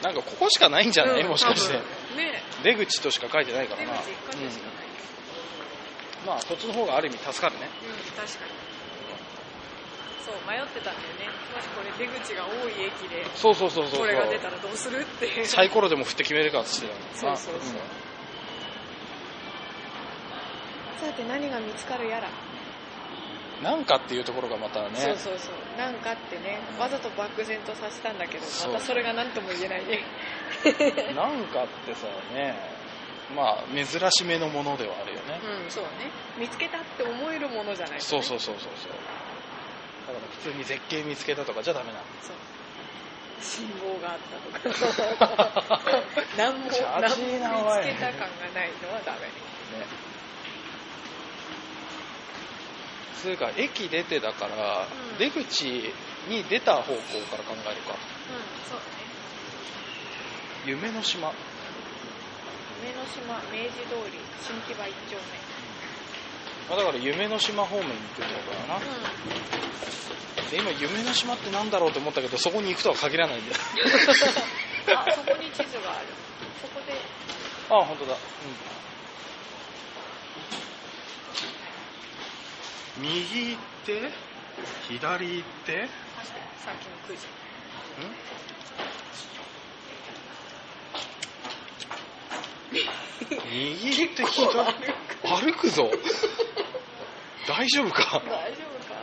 C: だ
B: なんかここしかないんじゃない、
C: うん
B: もしかして
C: 多。分ね
B: 出口としか書いてない
C: 出
B: か
C: 口
B: ら
C: 一
B: な。
C: 箇所しかない、
B: うんまあ、こっちの方がある意味助かるね。
C: うん確かにそう迷ってたんだよねもしこれ出口が多い駅で
B: そうそうそうそうそう。
C: これが出たらどうするって
B: サイコロでも振って決めるかっつってた
C: そ
B: の
C: う
B: かな
C: そうそう、
B: ん
C: そうやって何が見つかるやら、
B: なんかっていうところがまたね
C: そうそうそうなんかってねわざと漠然とさせたんだけど
B: そう
C: またそれが何とも言えないね
B: なんかってさねまあ珍しめのものではあるよね、
C: うんそうね見つけたって思えるものじゃないとね
B: そうそうそうそうそうだから普通に絶景見つけたとかじゃダメなの
C: そう信号があったとか何も
B: ジャ
C: 何
B: ージーな
C: も
B: おい
C: 見つけた感がないのはダメ
B: ねつうか駅出てだから、
C: うん
B: 出口に出た方向から考えるか
C: うんそうね
B: 夢の島
C: 梅の島明治通り新木場一丁
B: まあだから夢の島方面に行くんだからな
C: 目う
B: で今夢の島ってなんだろうと思ったけどそこに行くとは限らない
C: [laughs]
B: んだよ
C: んあそこに地図があるそこで
B: あ本当だ、右行って左行ってん
C: さっきのくじ
B: 右行って左歩くぞ大丈夫か
C: 大丈夫か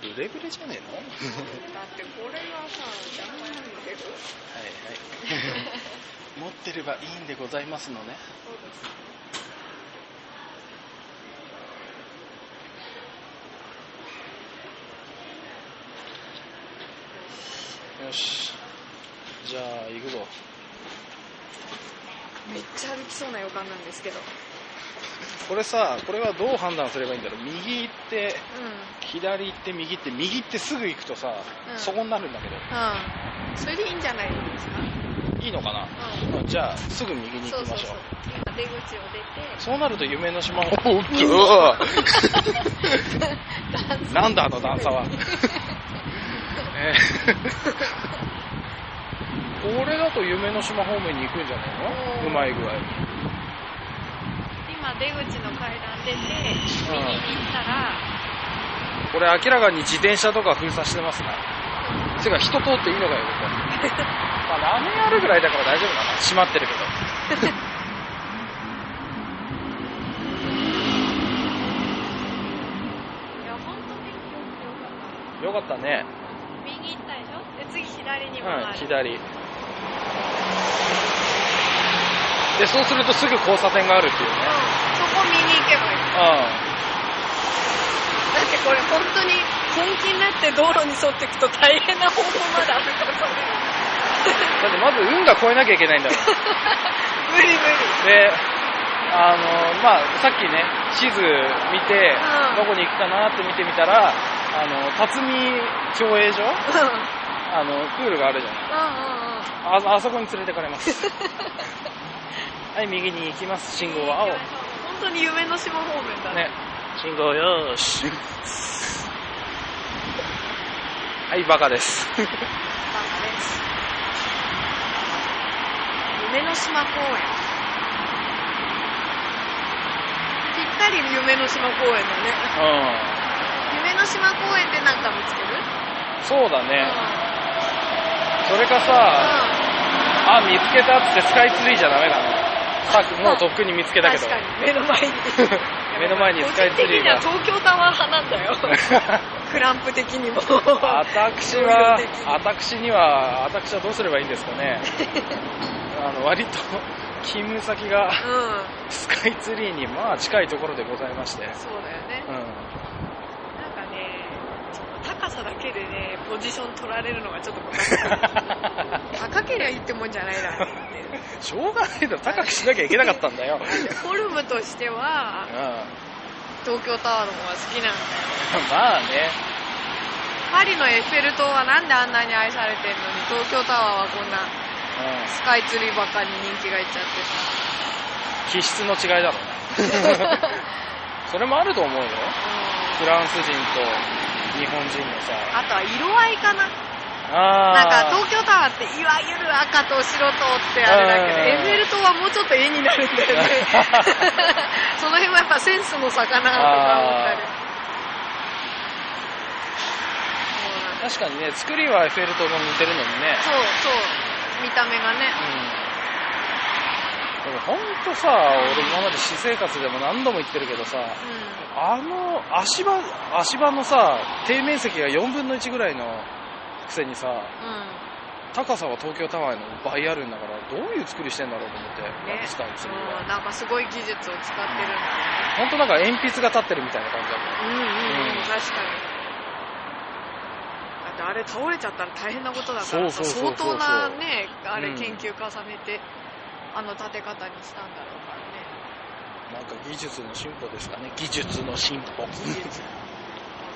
B: ブレブレじゃねえのはい
C: だってこれがさ邪魔なんだけど
B: はい持ってればいいんでございますのね
C: そうです
B: よしじゃあ行くぞ
C: めっちゃ歩きそうな予感なんですけど
B: これさこれはどう判断すればいいんだろう右行って
C: うんうん
B: 左行って右行って右行ってすぐ行くとさ、
C: うん
B: そこになるんだけど
C: それでいいんじゃないですか
B: いいのかな、
C: うん
B: まあじゃあすぐ右に行
C: そう
B: き
C: そ
B: ま
C: う
B: しょう
C: そう今出口を出て
B: そうなると夢の島をおっと [laughs] なんだあの段差
C: [laughs]
B: はねえこれだと夢の島方面に行くんじゃないの
C: おー
B: うまい具合に
C: 今出口の階段出て右に行ったら
B: これ明らかに自転車とか封鎖してますなてか人通っていいのかよここ
C: [laughs]
B: まあラーメン屋あるぐらいだから大丈夫かな閉まってるけど
C: いや本当によくよかった
B: よかったね
C: 右行ったでしょで次左に
B: はい
C: 回る、
B: 左でそうするとすぐ交差点があるっていうね
C: うんそこ右行けばいいだ
B: あ
C: ってこれ本当に本気になって道路に沿っていくと大変な方向まで歩かさ
B: あだってまず運が超えなきゃいけないんだもん
C: [laughs] れる無理無理
B: であのまあさっきね地図見て、
C: うん
B: どこに行くかなって見てみたらあの辰巳競泳場
C: うん
B: あのプールがあるじゃない
C: うんうんうん
B: ああそこに連れてかれます
C: [laughs]
B: はい右に行きます信号は青
C: 本当に夢の島方面だね
B: ね信号よーし [laughs] はいバカ
C: [laughs]
B: です
C: バカです夢の島公園ぴったり夢の島公園だね
B: う
C: 夢の島公園で何か見つける、
B: んそうだ
C: うん、
B: ね、それかさ、あ見つけたっつってスカイツリーじゃダメだなさっきもうとっくに見つけたけど
C: 確かに目の前に
B: [laughs] 目の前にスカイツリーが
C: 個人的には東京タワー派なんだよクランプ的にも
B: [laughs] 私は
C: 商業的に
B: 私には私はどうすればいいんですか
C: [laughs]
B: ねあの割と勤務先が
C: うん
B: スカイツリーにまあ近いところでございまして、
C: そうだよね
B: うん、 [laughs]
C: なんかねその高さだけでねポジション取られるのがちょっともったいない高けりゃいいってもんじゃないな [laughs] って
B: しょうがないだろ高くしなきゃいけなかったんだよ、うん、
C: フォルムとしては
B: ま
C: 東京タワーの方が好きなんだよ
B: あね
C: パリのエッフェル塔はなんであんなに愛されてるのに東京タワーはこんなスカイツリーばっかりに人気がいっちゃっ
B: うん気質の違いだろう
C: て
B: な [laughs]
C: さ
B: それもあると思うよ
C: うん
B: フランス人と日本人のさ
C: あとは色合いかなな
B: あ
C: んか
B: ー
C: 東京タワーっていわゆる赤と白とってあれだけどエ
B: うん
C: ッフェル塔はもうちょっと絵になるん
B: [laughs]
C: だよねその辺はやっぱセンスの差かなとか思った
B: あ
C: り
B: 確かにね作りはエッフェル塔も似てるのにね
C: そうそう見た目がね
B: うんでもほんとさ俺今まで私生活でも何度も言ってるけどさ
C: うん
B: あの足場足場のさ底面積が4分の1ぐらいのくせにさ
C: うん
B: 高さは東京タワーの倍あるんだからどういう作りしてんだろうと思って、
C: ね
B: スカイツリー
C: うん
B: は
C: なんかすごい技術を使ってるんだ
B: 本当なんか鉛筆が立ってるみたいな感じだもん
C: うんうんうん
B: うん
C: 確かにだってあれ倒れちゃったら大変なことだからさ
B: そうそ
C: 相
B: うそうそ
C: 当
B: う
C: なねあれ
B: うん
C: 研究重ねてあの建て方にしたんだろうか
B: [laughs] な
C: らね
B: んか技術の進歩ですかね技術の進歩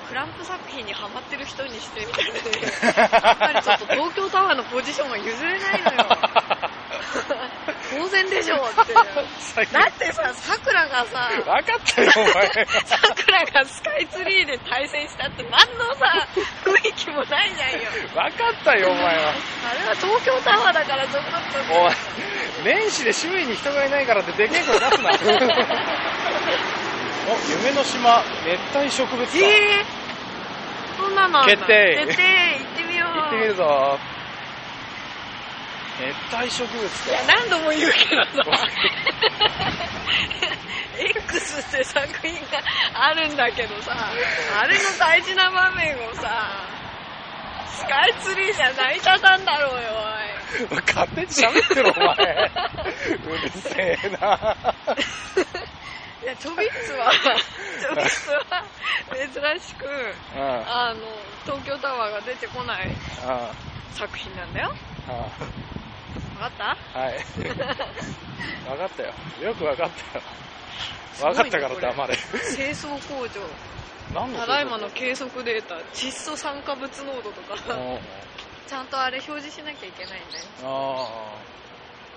C: クランプ作品にハマってる人にしてみたいなねやっぱりちょっと東京タワーのポジションは譲れな
B: [laughs]
C: いのよ当然でしょうって
B: 最近
C: だってささくらがさ
B: 分かったよお前
C: さくらがスカイツリーで対戦したって何のさ雰囲気もないじゃんよ
B: 分かったよお前は
C: あれは東京タワーだからちょっと
B: お前年始で周囲に人がいないからってでけえ声出すな [laughs] お夢の島熱帯植物
C: え
B: 館
C: えそんなのあんだ
B: 決定
C: 決定行ってみよう
B: 行ってみるぞ熱帯植物
C: いや
B: 館
C: 何度も言うけどさ [laughs] X って作品があるんだけどさあれの大事な場面をさスカイツリーじゃ成り立たんだろうよおい
B: 勝手に喋ってろお前うるせえ [laughs] ない
C: やチョビッ
B: [laughs]
C: ツはチョビッツは珍しく
B: うん
C: あの東京タワーが出てこない
B: あ
C: 作品なんだよ
B: あ
C: 分かった
B: あはい分かったよよく分かったよ
C: すごい
B: 分
C: ね
B: かったから黙れ
C: 清掃工場
B: 何の
C: ただいまの
B: 計
C: 計測データ窒素酸化物濃度とか
B: あ
C: ちゃんとあれ表示しなきゃいけないね
B: あ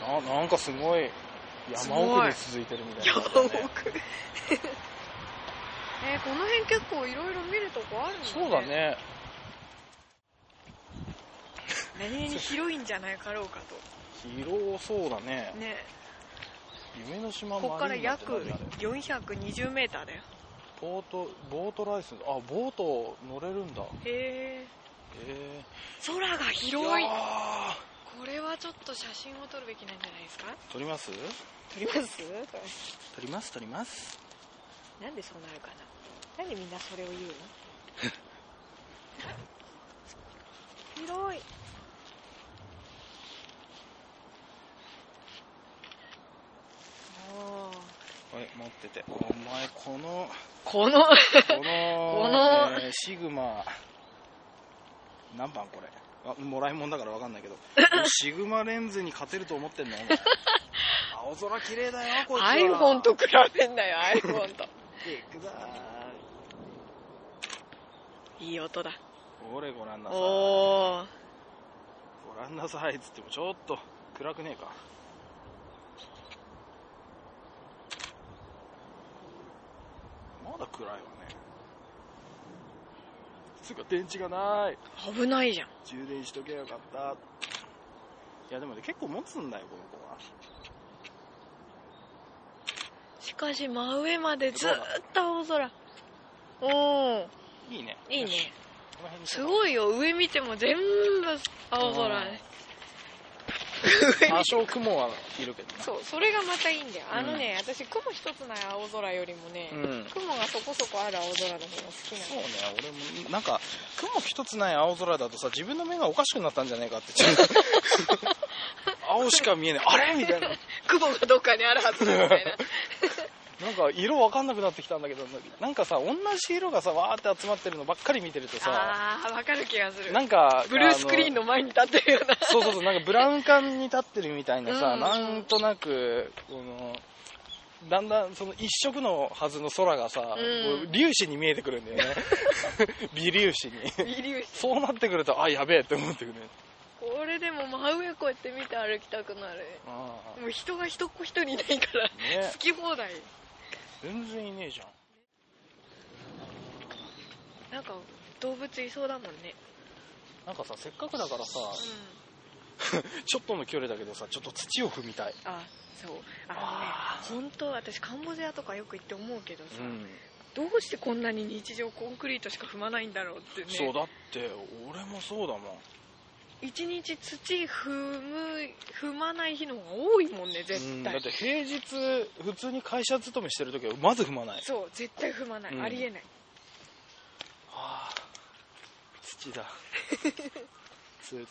B: あななんかすごい
C: す
B: 山
C: ご
B: 奥
C: い
B: に続いてるみたいな
C: 山
B: ことだね、
C: 奥 [laughs] えーこの辺結構いろいろ見るとこあるんだね
B: そうだね
C: 何気に広いんじゃないかろうか
B: 広そうだね
C: とね
B: 夢の島
C: ここっから約
B: マリーナって何あれ
C: 420メーターだよ
B: ボートボートライスあボート乗れるんだ
C: へえ
B: え
C: 空が
B: え
C: 広い
B: やー
C: これはちょっと写真を撮るべきなんじゃないですか
B: 撮ります
C: 撮ります
B: 撮ります撮ります
C: [laughs] なんでそうなるかななんでみんなそれを言うの [laughs] 広いおー
B: はい持っててお前この
C: こ
B: この
C: のこの
B: えーシグマ何番これあもらいもんだから分かんないけどシグマレンズに勝てると思ってんのお前青空綺麗だよこいつは
C: iPhone と比べんなよ iPhone と
B: 行くだ
C: [laughs] いい音だ
B: ーほれご覧なさい
C: おー
B: ご覧なさいっつってもちょっと暗くねえかまだ暗いわねつうか電池がない
C: 危ないじゃん
B: 充電しとけばよかったいやでもね結構持つんだよこの子は
C: しかし真上までずーっと青空おお
B: いいね
C: いいね
B: よしこの辺にし
C: す
B: よう
C: ごいよ上見ても全部青空ね上
B: 多
C: 見
B: 少雲はいるけどな
C: そうそれがまたいいんだよあのね、私雲一つない青空よりもね、
B: うん
C: 雲がそこそこある青空の方が好きな
B: そう
C: の
B: ね俺もなんか雲一つない青空だとさ自分の目がおかしくなったんじゃねえかってちょっと青しか見え
C: [laughs]
B: ないあれみたいな
C: 雲がどっかにあるはずだみたい [laughs] な
B: なんか色わかんなくなってきたんだけどなんかさ同じ色がさわーって集まってるのばっかり見てるとさ
C: あーわかる気がする
B: なんか
C: ブルースクリーン
B: の
C: の前に立ってるような
B: そうそうそうなんかブラウン管に立ってるみたいなさ、
C: うん
B: なんとなくこのだんだんその一色のはずの空がさ、
C: ん
B: こう粒子に見えてくるんだ
C: [laughs]
B: よね微粒子に
C: 微粒子
B: そうなってくるとあやべえって思ってくるね
C: これでも真上こうやって見て歩きたくなる
B: ああ
C: もう人が一個一人いないから、
B: ね
C: 好き放題
B: 全然いねえじゃん
C: なんか動物いそうだもんね
B: なんかさせっかくだからさ
C: うん
B: ちょっとの距離だけどさちょっと土を踏みたい
C: あそう
B: あ
C: あのね本当私カンボジアとかよく行って思うけどさ、
B: うん
C: どうしてこんなに日常コンクリートしか踏まないんだろうって
B: そう
C: ね
B: だって俺もそうだもん
C: 一日土踏む踏まない日の方が多いもんね絶
B: うんだ
C: 対、
B: って平日普通に会社勤めしてる時はまず踏まない
C: そう絶対踏まない、
B: うん
C: ありえない
B: ああ土だ土
C: 土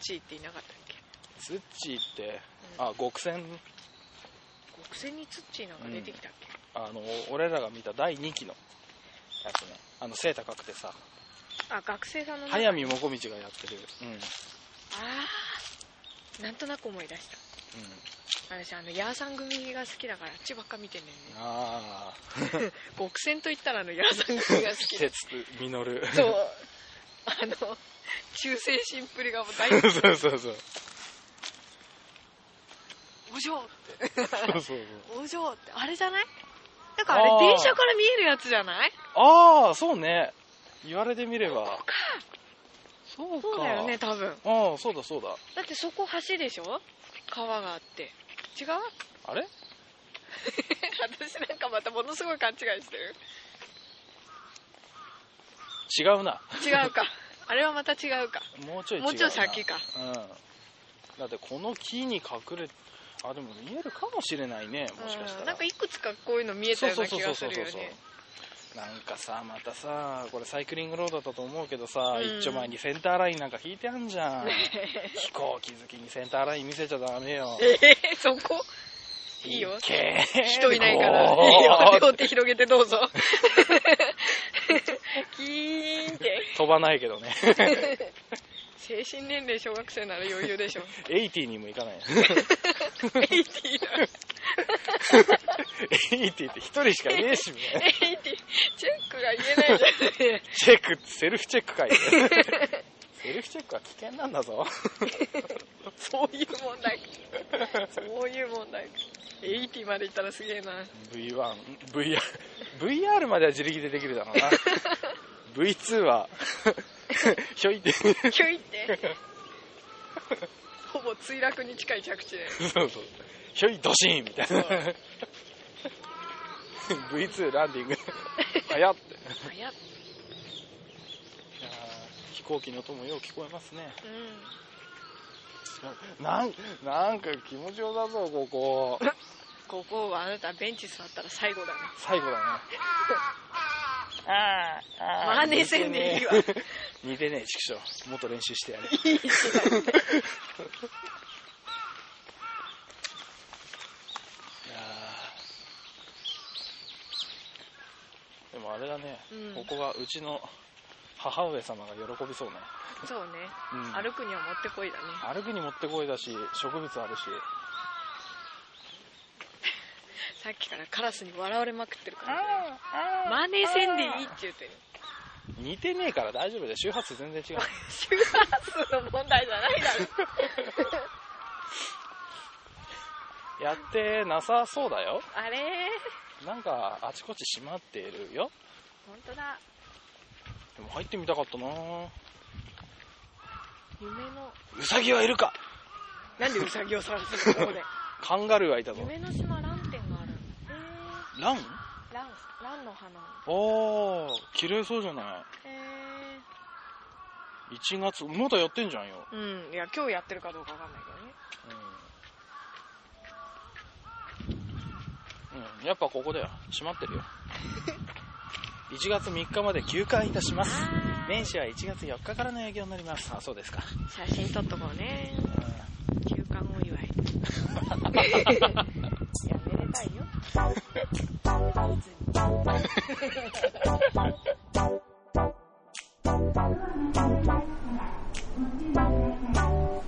C: 土っていなかったっけ
B: 土ってあ極戦
C: 極戦に土なんか出てきたっけ、
B: あの俺らが見た第2期のやつねあの背高くてさ
C: あ学生さんの中
B: 速水もこみちがやってるうん、うん、
C: ああなんとなく思い出した私あのヤーさん組が好きだからあっちばっか見てんねんね
B: ああ
C: 極戦といったらあのヤーさん組が好き
B: 鉄実る [laughs]
C: そうあの中性シンプルがもう大
B: そうそうそうそう
C: お嬢
B: そうそう
C: お嬢ってあれじゃないだからあれ電車から見えるやつじゃない
B: ああそうね言われてみればそうか
C: そうだよね多分
B: ああそうだそうだ
C: だってそこ橋でしょ川があって違う [laughs]
B: あれ
C: 私なんかまたものすごい勘違いしてる
B: 違うな
C: 違
B: [laughs]
C: うかあれはまた違うか
B: もうちょい違うな
C: もうちょい先か
B: うんだってこの木に隠れあでも見えるかもしれないねもしかした
C: う
B: ら
C: んなんかいくつかこういうの見えたような気がするよね
B: なんかさまたさこれサイクリングロードだと思うけどさ、
C: うん
B: 一丁前にセンターラインなんか引いてあんじゃん飛行機好きにセンターライン見せちゃダメよ
C: えー、そこ [laughs] いいよ
B: けー [laughs]
C: 人いないから
B: こー
C: [laughs] 両手広げてどうぞキーンって。
B: 飛ばないけどね。
C: 精神年齢小学生なら余裕で [laughs] しょ。
B: 80にもいかない。
C: エイティだ。
B: 80って一人しかねえ
C: [laughs]
B: し、みたいな。
C: エイティ、チェックが言えないじゃん。
B: チェック、セルフチェック
C: [laughs]
B: かい。セルフチェックは危険なんだぞ。
C: そういう問題か。そういう問題か。エイティまでいったらすげえな。
B: V1、VR、VR までは自力でできるだろう [laughs] な。V2 は、ひょいって。そう
C: キュイ [laughs] って。ほぼ墜落に近い着地で。
B: そう。ひょいドシーンみたいな。V2 ランディング。早っって。
C: 早っ。
B: いやー飛行機の音もよう聞こえますね。
C: うん。
B: なんなんか気持ちよさそう、ここ。
C: ここはあなたベンチ座ったら最後だね。
B: 最後だね。ああ
C: 真似せんでいいわ。
B: 似てねえ、畜生。もっと練習してやれ。
C: い [laughs] いしだって
B: いやーでもあれだね、
C: うん
B: ここはうちの母上様が喜びそうね、
C: そうね。
B: うん
C: 歩くにはもってこいだね。
B: 歩くにもってこいだし植物あるし
C: さっきからカラスに笑われまくってるから、ね。真似せんでいいって言ってる。
B: 似てねえから大丈夫だよ周波数全
C: [laughs]
B: 然違う
C: 周波数の問題じゃないだろ。
B: やってなさそうだよ
C: [laughs] あれ
B: なんかあちこち閉まってるよ
C: 本当だ。
B: でも入ってみたかったなぁ
C: 夢の。
B: ウサギはいるか
C: なんでウサギを探 [laughs] すのここで。
B: カンガルーはいたぞ
C: 夢の島ラン店がある。へ
B: ラン
C: ーラン、ランの花。
B: おー綺麗そうじゃな
C: へ
B: い1月まだやってんじゃんよ、
C: ーうん。いや、今日やってるかどうかわかんないけどね。
B: うん、やっぱここだよ閉まってるよ [laughs] 1月3日まで休館いたします年始は1月4日からの営業になりますあそうですか、
C: 写真撮っとこうね。
B: うん
C: 休館お祝い。 [laughs] いや、めでたいよ。
E: お